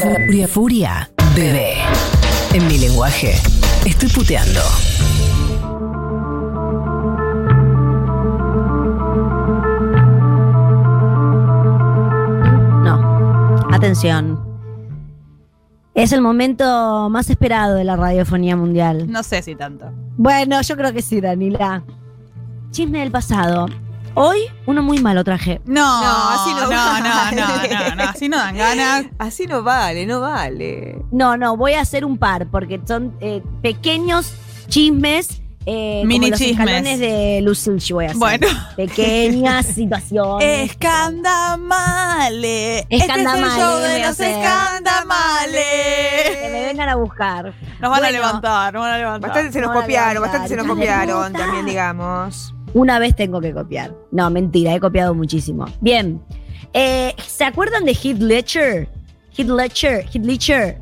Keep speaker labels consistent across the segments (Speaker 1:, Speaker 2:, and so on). Speaker 1: Furia, furia, bebé. En mi lenguaje, estoy puteando.
Speaker 2: No. Atención. Es el momento más esperado de la radiofonía mundial.
Speaker 3: No sé si tanto.
Speaker 2: Bueno, yo creo que sí, Danila. Chisme del pasado. Hoy uno muy malo traje.
Speaker 3: No,
Speaker 4: No,
Speaker 3: así no, no, no,
Speaker 4: no
Speaker 3: no,
Speaker 4: vale.
Speaker 3: no, no, así no dan ganas.
Speaker 4: Así no vale, no vale.
Speaker 2: No, no, voy a hacer un par porque son eh, pequeños chismes. Eh, como
Speaker 3: Mini
Speaker 2: los
Speaker 3: chismes.
Speaker 2: escalones de Lucille voy a hacer.
Speaker 3: Bueno.
Speaker 2: Pequeñas situaciones.
Speaker 3: Escandamales.
Speaker 2: Escandamales,
Speaker 3: Este es el show de
Speaker 2: voy a
Speaker 3: los
Speaker 2: hacer. que me
Speaker 3: escandamales.
Speaker 2: vengan a buscar.
Speaker 3: Nos van a
Speaker 2: Bueno.
Speaker 3: levantar, nos van a levantar.
Speaker 4: Bastante se nos
Speaker 2: No, no,
Speaker 4: copiaron,
Speaker 2: no,
Speaker 4: bastante se nos
Speaker 2: hijas de
Speaker 4: copiaron
Speaker 2: puta.
Speaker 4: también, digamos.
Speaker 2: Una vez tengo que copiar. No, mentira, he copiado muchísimo. Bien. Eh, ¿Se acuerdan de Heath Ledger? Heath Ledger, Heath Ledger.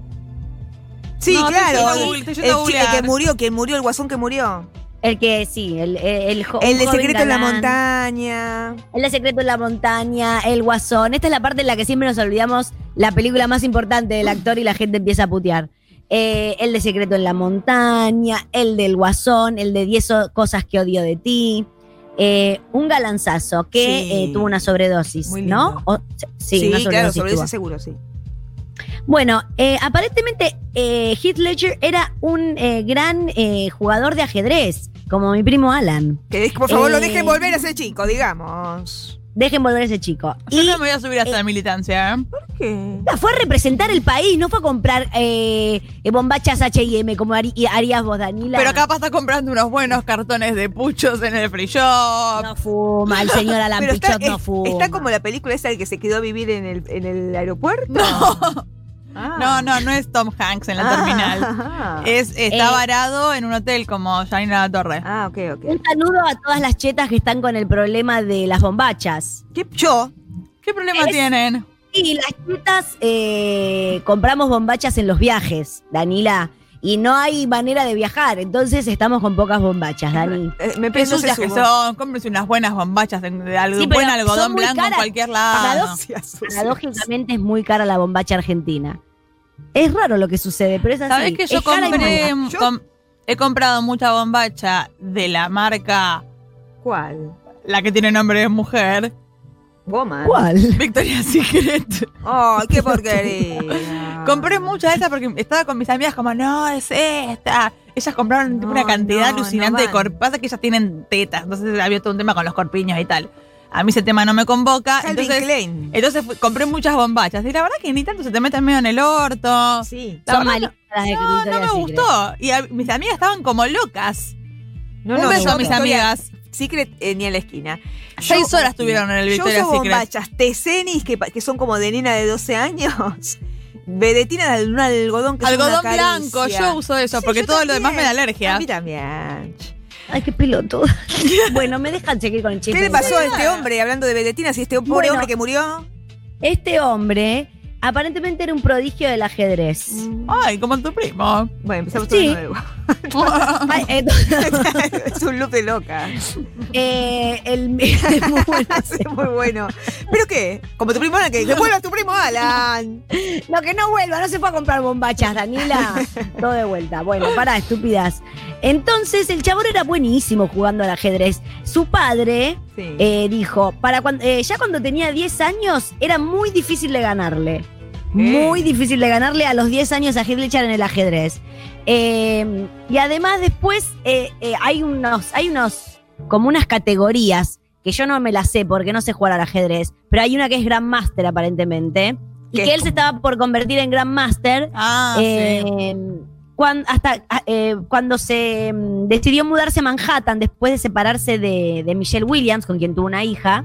Speaker 4: Sí,
Speaker 3: No, estoy
Speaker 4: claro.
Speaker 3: yendo a Google,
Speaker 4: el,
Speaker 3: estoy yendo a
Speaker 4: chi- el
Speaker 3: googlear.
Speaker 4: que murió, que murió, el guasón que murió.
Speaker 2: El que sí, el, el, el jo-
Speaker 4: el de
Speaker 2: joven
Speaker 4: secreto en la
Speaker 2: galán.
Speaker 4: montaña.
Speaker 2: El de secreto en la montaña, el guasón. Esta es la parte en la que siempre nos olvidamos la película más importante del actor y la gente empieza a putear. Eh, el de secreto en la montaña, el del guasón, el de 10 o- cosas que odio de ti. Eh, un galanzazo que
Speaker 4: Sí.
Speaker 2: eh, tuvo una sobredosis,
Speaker 4: Muy
Speaker 2: ¿no?
Speaker 4: lindo.
Speaker 2: O- sí, una
Speaker 4: claro,
Speaker 2: sobredosis
Speaker 4: sobre
Speaker 2: tuvo.
Speaker 4: eso seguro, sí.
Speaker 2: Bueno, eh, aparentemente eh, Heath Ledger era un eh, gran eh, jugador de ajedrez, como mi primo Alan.
Speaker 4: Que por favor
Speaker 2: Eh.
Speaker 4: lo dejen volver a ser chico, digamos.
Speaker 2: Dejen volver a ese chico.
Speaker 3: Yo
Speaker 2: Y
Speaker 3: no me voy a subir hasta
Speaker 2: eh,
Speaker 3: la militancia, ¿eh?
Speaker 4: ¿Qué?
Speaker 2: Ah, Fue a representar el país, no fue a comprar eh, eh, bombachas H&M como hari- y harías vos, Danila.
Speaker 3: Pero capaz está comprando unos buenos cartones de puchos en el free shop.
Speaker 2: No fuma, el señor Alan
Speaker 4: Pero está,
Speaker 2: Pichot no
Speaker 4: es-
Speaker 2: fuma.
Speaker 4: está como la película esa del que se quedó a vivir en el, en el aeropuerto.
Speaker 3: No,
Speaker 4: Ah.
Speaker 3: no, no, no es Tom Hanks en la
Speaker 4: Ah,
Speaker 3: terminal.
Speaker 4: ajá.
Speaker 3: Es, está
Speaker 2: Eh.
Speaker 3: varado en un hotel como Janina La Torre.
Speaker 4: Ah, ok, ok.
Speaker 2: Un saludo a todas las chetas que están con el problema de las bombachas.
Speaker 4: ¿Qué- yo?
Speaker 3: ¿Qué problema
Speaker 2: Es-
Speaker 3: tienen?
Speaker 2: Y las chetas eh, compramos bombachas en los viajes, Danila. Y no hay manera de viajar, entonces estamos con pocas bombachas, Dani.
Speaker 4: Eh, me
Speaker 3: Qué
Speaker 4: prendo se
Speaker 3: sucias que
Speaker 4: subo.
Speaker 3: son. Cómprense unas buenas bombachas en- de algo,
Speaker 2: Sí, pero
Speaker 3: buen algodón
Speaker 2: son muy
Speaker 3: blanco en
Speaker 2: caras.
Speaker 3: cualquier
Speaker 2: Para
Speaker 3: lado.
Speaker 2: dos-
Speaker 4: Sucias, sucias.
Speaker 2: Paradójicamente es muy cara la bombacha argentina. Es raro lo que sucede, pero es así.
Speaker 3: ¿Sabés que yo
Speaker 2: Es cara y mala.
Speaker 3: compré?
Speaker 4: Yo-
Speaker 3: com- he comprado mucha bombacha de la marca,
Speaker 4: ¿Cuál?
Speaker 3: la que tiene nombre de mujer,
Speaker 4: Woman.
Speaker 2: ¿Cuál?
Speaker 3: Victoria's Secret.
Speaker 4: Ay, qué porquería.
Speaker 2: Ah.
Speaker 3: Compré muchas de esas porque estaba con mis amigas como, no, es esta. Ellas compraron tipo
Speaker 4: No,
Speaker 3: una cantidad
Speaker 4: no,
Speaker 3: alucinante
Speaker 4: no
Speaker 3: de corpiños. Pasa que ellas tienen tetas, entonces había todo un tema con los corpiños y tal. A mí ese tema no me convoca.
Speaker 4: Calvin
Speaker 3: entonces
Speaker 4: Klein.
Speaker 3: entonces fui- compré muchas bombachas. Y la verdad que ni tanto se te meten medio en el orto.
Speaker 4: Sí.
Speaker 3: La
Speaker 2: Son
Speaker 3: verdad,
Speaker 2: malísimas las de
Speaker 3: no, no
Speaker 2: Victoria's
Speaker 3: me
Speaker 2: Secret.
Speaker 3: gustó. Y a- mis amigas estaban como locas.
Speaker 4: No,
Speaker 3: un
Speaker 4: no,
Speaker 3: beso
Speaker 4: no,
Speaker 3: a mis
Speaker 4: Victoria
Speaker 3: amigas.
Speaker 4: Secret eh, ni a la esquina.
Speaker 3: Seis
Speaker 4: Yo-
Speaker 3: horas estuvieron en el
Speaker 4: Yo
Speaker 3: Victoria's
Speaker 4: uso
Speaker 3: Secret.
Speaker 4: bombachas tecenis que, pa- que son como de nena de 12 años. Vedetinas de un algodón que es una
Speaker 3: Algodón
Speaker 4: caricia.
Speaker 3: blanco, yo uso eso,
Speaker 4: Sí,
Speaker 3: porque
Speaker 4: yo
Speaker 3: todo lo
Speaker 4: también.
Speaker 3: demás me da alergia.
Speaker 4: A mí también.
Speaker 2: Ay, qué piloto. bueno, me dejan seguir con el chiste.
Speaker 4: ¿Qué le pasó a este hombre hablando de vedetinas y este pobre
Speaker 2: Bueno.
Speaker 4: hombre que murió?
Speaker 2: Este hombre aparentemente era un prodigio del ajedrez.
Speaker 3: Ay, como tu primo.
Speaker 4: Mm. Bueno, empezamos
Speaker 2: Oh. Sí.
Speaker 4: todo de nuevo.
Speaker 2: Ay, entonces,
Speaker 4: es un loop de loca.
Speaker 2: eh, el, muy bueno.
Speaker 4: Sí, muy bueno. ¿Pero qué? Como tu primo Alan, que devuelva a tu primo Alan.
Speaker 2: No, que no vuelva, no se fue a comprar bombachas, Danila. Todo de vuelta. Bueno, pará, estúpidas. Entonces, el chabón era buenísimo jugando al ajedrez. Su padre
Speaker 4: Sí.
Speaker 2: eh, dijo, para cuando, eh, ya cuando tenía 10 años era muy difícil de ganarle. Muy difícil de ganarle a los 10 años a Heath Ledger en el ajedrez. Eh, y además después eh, eh, hay unos, hay unos, como unas categorías que yo no me las sé porque no sé jugar al ajedrez, pero hay una que es Grandmaster aparentemente, y
Speaker 4: ¿Qué
Speaker 2: que
Speaker 4: es
Speaker 2: él se estaba por convertir en Grandmaster
Speaker 3: Ah, sí.
Speaker 2: eh, cuan- hasta ah, eh, cuando se mm, decidió mudarse a Manhattan después de separarse de, de Michelle Williams, con quien tuvo una hija,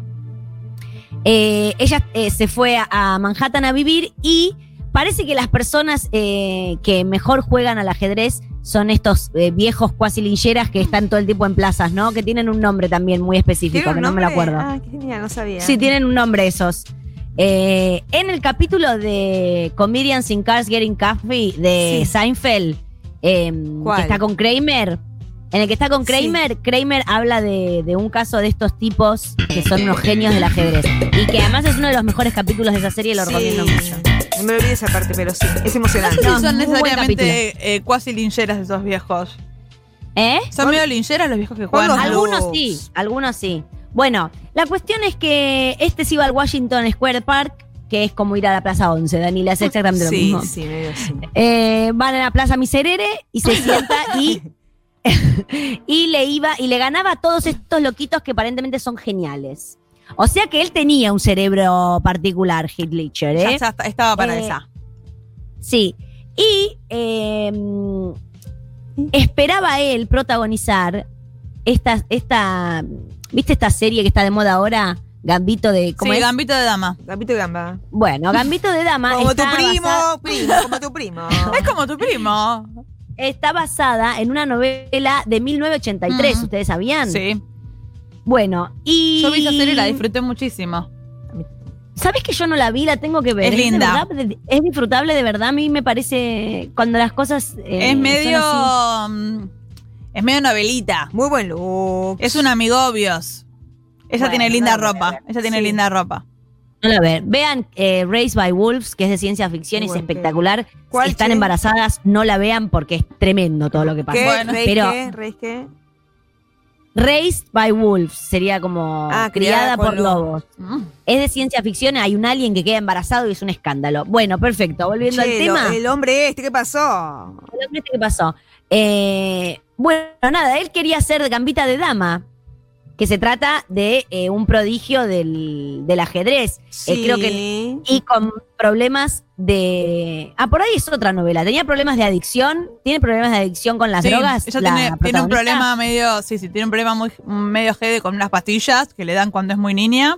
Speaker 2: eh, ella eh, se fue a, a Manhattan a vivir y parece que las personas eh, que mejor juegan al ajedrez son estos eh, viejos cuasi lincheras que están todo el tiempo en plazas, ¿no? Que tienen un nombre también muy específico, que no me lo
Speaker 4: nombre?
Speaker 2: acuerdo.
Speaker 4: Ah, qué genial, no sabía.
Speaker 2: Sí, tienen un nombre esos. Eh, en el capítulo de Comedians in Cars Getting Coffee de
Speaker 4: Sí.
Speaker 2: Seinfeld, eh, que
Speaker 4: ¿Cuál?
Speaker 2: está con Kramer, en el que está con
Speaker 4: Sí.
Speaker 2: Kramer, Kramer habla de, de un caso de estos tipos que son unos genios del ajedrez. Y que además es uno de los mejores capítulos de esa serie, lo recomiendo mucho.
Speaker 4: No me olvidé esa parte, pero sí, es emocionante.
Speaker 3: No,
Speaker 2: es
Speaker 3: son
Speaker 2: un buen
Speaker 3: necesariamente eh, cuasi lincheras esos viejos.
Speaker 2: ¿Eh?
Speaker 3: Son medio lincheras los viejos que
Speaker 4: Pon
Speaker 3: juegan.
Speaker 4: los
Speaker 3: al-
Speaker 4: globos.
Speaker 2: Algunos sí, algunos sí. Bueno, la cuestión es que este se iba al Washington Square Park, que es como ir a la Plaza 11, Daniela, es exactamente lo
Speaker 4: sí,
Speaker 2: mismo.
Speaker 4: sí, medio sí.
Speaker 2: Eh, van a la Plaza Miserere y se sienta y, y le iba y le ganaba a todos estos loquitos que aparentemente son geniales. O sea que él tenía un cerebro particular, Hitler,
Speaker 3: Ya
Speaker 2: ¿eh?
Speaker 3: está- estaba para
Speaker 2: Eh,
Speaker 3: esa.
Speaker 2: Sí. Y eh, esperaba él protagonizar esta, esta, ¿viste esta serie que está de moda ahora? Gambito de. ¿cómo
Speaker 3: Sí,
Speaker 2: es?
Speaker 3: gambito de dama.
Speaker 4: Gambito y gamba.
Speaker 2: bueno, Gambito de Dama.
Speaker 4: Como tu
Speaker 2: está
Speaker 4: primo,
Speaker 2: Ah, basada-
Speaker 4: primo, como tu primo.
Speaker 3: Es como tu primo.
Speaker 2: está basada en una novela de 1983,
Speaker 3: Mm.
Speaker 2: ¿ustedes sabían?
Speaker 3: Sí.
Speaker 2: Bueno, y.
Speaker 3: Yo vi esa serie y la disfruté muchísimo.
Speaker 2: ¿Sabes que yo no la vi? La tengo que ver.
Speaker 3: Es
Speaker 2: de
Speaker 3: linda.
Speaker 2: verdad, de- es disfrutable de verdad. A mí me parece. Cuando las cosas. eh,
Speaker 3: es
Speaker 2: son
Speaker 3: medio.
Speaker 2: así.
Speaker 3: mm, Es medio novelita.
Speaker 4: Muy buen look.
Speaker 3: Es un amigo obvios. Ella
Speaker 2: Bueno,
Speaker 3: tiene linda
Speaker 2: no lo voy a
Speaker 3: ropa. Ella tiene
Speaker 4: Sí.
Speaker 3: linda ropa.
Speaker 2: No la ve- Vean eh, Race by Wolves, que es de ciencia ficción y
Speaker 4: Muy
Speaker 2: es
Speaker 4: buen tema.
Speaker 2: espectacular.
Speaker 4: ¿Cuál,
Speaker 2: Si están
Speaker 4: che?
Speaker 2: embarazadas, no la vean porque es tremendo todo lo que pasa.
Speaker 4: ¿Qué?
Speaker 3: Bueno,
Speaker 4: ¿Rey
Speaker 2: pero-
Speaker 4: qué? ¿Rey qué?
Speaker 2: Race by Wolves sería como
Speaker 4: Ah,
Speaker 2: criada, por lobos.
Speaker 3: Mm.
Speaker 2: Es de ciencia ficción, hay un alien que queda embarazado y es un escándalo. Bueno, perfecto. Volviendo
Speaker 4: Che,
Speaker 2: al
Speaker 4: lo-
Speaker 2: tema.
Speaker 4: el hombre este, ¿qué pasó?
Speaker 2: El hombre este que pasó. Eh, bueno, nada, él quería ser gambita de dama, que se trata de eh, un prodigio del, del ajedrez
Speaker 4: Sí.
Speaker 2: Eh, creo y con problemas de... Ah, por ahí es otra novela. Tenía problemas de adicción, tiene problemas de adicción con las
Speaker 3: Sí,
Speaker 2: drogas.
Speaker 3: Ella
Speaker 2: la
Speaker 3: tiene, tiene un
Speaker 2: protagonista?
Speaker 3: problema medio, sí, sí, tiene un problema muy medio jede con unas pastillas que le dan cuando es muy niña.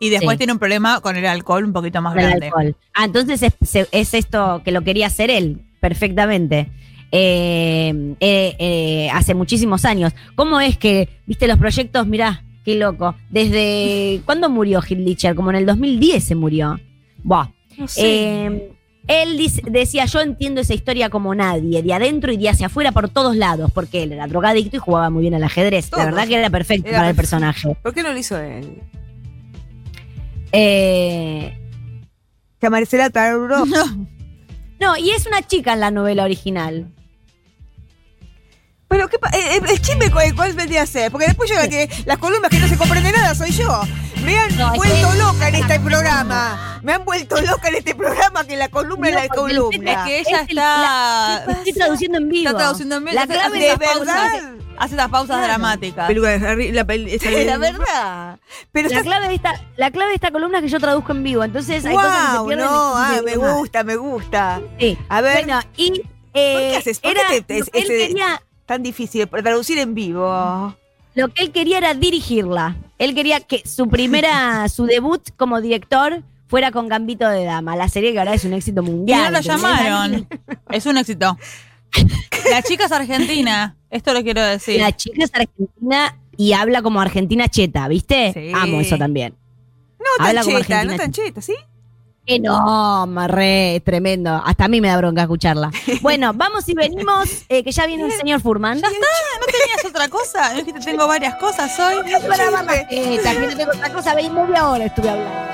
Speaker 3: Y después
Speaker 2: Sí.
Speaker 3: tiene un problema con el alcohol un poquito más
Speaker 2: con el
Speaker 3: grande.
Speaker 2: alcohol. Ah, entonces es, se- es esto que lo quería hacer él, perfectamente. Eh, eh, eh, hace muchísimos años. ¿Cómo es que, viste, los proyectos, mirá, qué loco? ¿Desde cuándo murió Hitler? Como en el 2010 se murió. Buah.
Speaker 4: No sé.
Speaker 2: Eh, él dice- decía, yo entiendo esa historia como nadie, de adentro y de hacia afuera por todos lados, porque él era drogadicto y jugaba muy bien al ajedrez.
Speaker 4: Todos.
Speaker 2: La verdad que era perfecto
Speaker 4: Era
Speaker 2: para el
Speaker 4: perfecto.
Speaker 2: personaje.
Speaker 4: ¿Por qué no lo hizo él?
Speaker 2: Eh,
Speaker 4: Que a Marcela Taruro.
Speaker 2: no, y es una chica en la novela original.
Speaker 4: Pero qué pa- eh, eh, el chisme cuál, cuál vendría a ser, porque después yo la que las columnas que no se comprende nada soy yo. Me han
Speaker 2: No, es
Speaker 4: vuelto
Speaker 2: que-
Speaker 4: loca en este programa. Me han vuelto loca en este programa que la columna es
Speaker 2: No,
Speaker 4: la
Speaker 2: porque el
Speaker 4: columna.
Speaker 3: Es que ella
Speaker 2: Es el-
Speaker 3: está,
Speaker 2: Estoy traduciendo en vivo.
Speaker 3: está traduciendo en medio.
Speaker 2: La
Speaker 3: hace-
Speaker 2: clave
Speaker 3: hace
Speaker 4: de
Speaker 3: esas pausas,
Speaker 4: verdad.
Speaker 3: hace esas pausas
Speaker 2: Claro.
Speaker 3: dramáticas.
Speaker 4: Peluca de Harry, la, pel- esa-
Speaker 3: la verdad.
Speaker 4: Pero
Speaker 2: La
Speaker 4: está
Speaker 2: clave, de esta, la clave de esta columna es que yo traduzco en vivo, entonces hay cosas que se
Speaker 4: wow,
Speaker 2: pierden. y
Speaker 4: no,
Speaker 2: se
Speaker 4: ah, me
Speaker 2: pierden más.
Speaker 4: gusta, me gusta.
Speaker 2: Sí.
Speaker 4: A ver,
Speaker 2: Bueno, y eh,
Speaker 4: ¿Por qué haces- por qué
Speaker 2: era,
Speaker 4: te- te-
Speaker 2: lo, que él
Speaker 4: ese-
Speaker 2: quería,
Speaker 4: tan difícil para traducir en vivo.
Speaker 2: lo que él quería era dirigirla. Él quería que su primera, su debut como director fuera con Gambito de Dama, la serie que ahora es un éxito
Speaker 3: Y
Speaker 2: mundial.
Speaker 3: no la
Speaker 2: ¿entendés?
Speaker 3: llamaron. Es un éxito. La chica es argentina. Esto lo quiero decir.
Speaker 2: La chica es argentina y habla como argentina cheta, ¿viste?
Speaker 3: Sí.
Speaker 2: Amo eso también.
Speaker 4: No tan
Speaker 2: Habla como
Speaker 4: cheta, no
Speaker 2: argentina.
Speaker 4: tan cheta, ¿sí?
Speaker 2: Que no, marre, es tremendo. Hasta a mí me da bronca escucharla. Bueno, vamos y venimos, eh, que ya viene el señor Furman.
Speaker 3: ¿No tenías otra cosa? ¿No dijiste tengo varias cosas hoy?
Speaker 4: Chisme.
Speaker 2: Eh, también tengo otra cosa, veis media hora estuve hablando.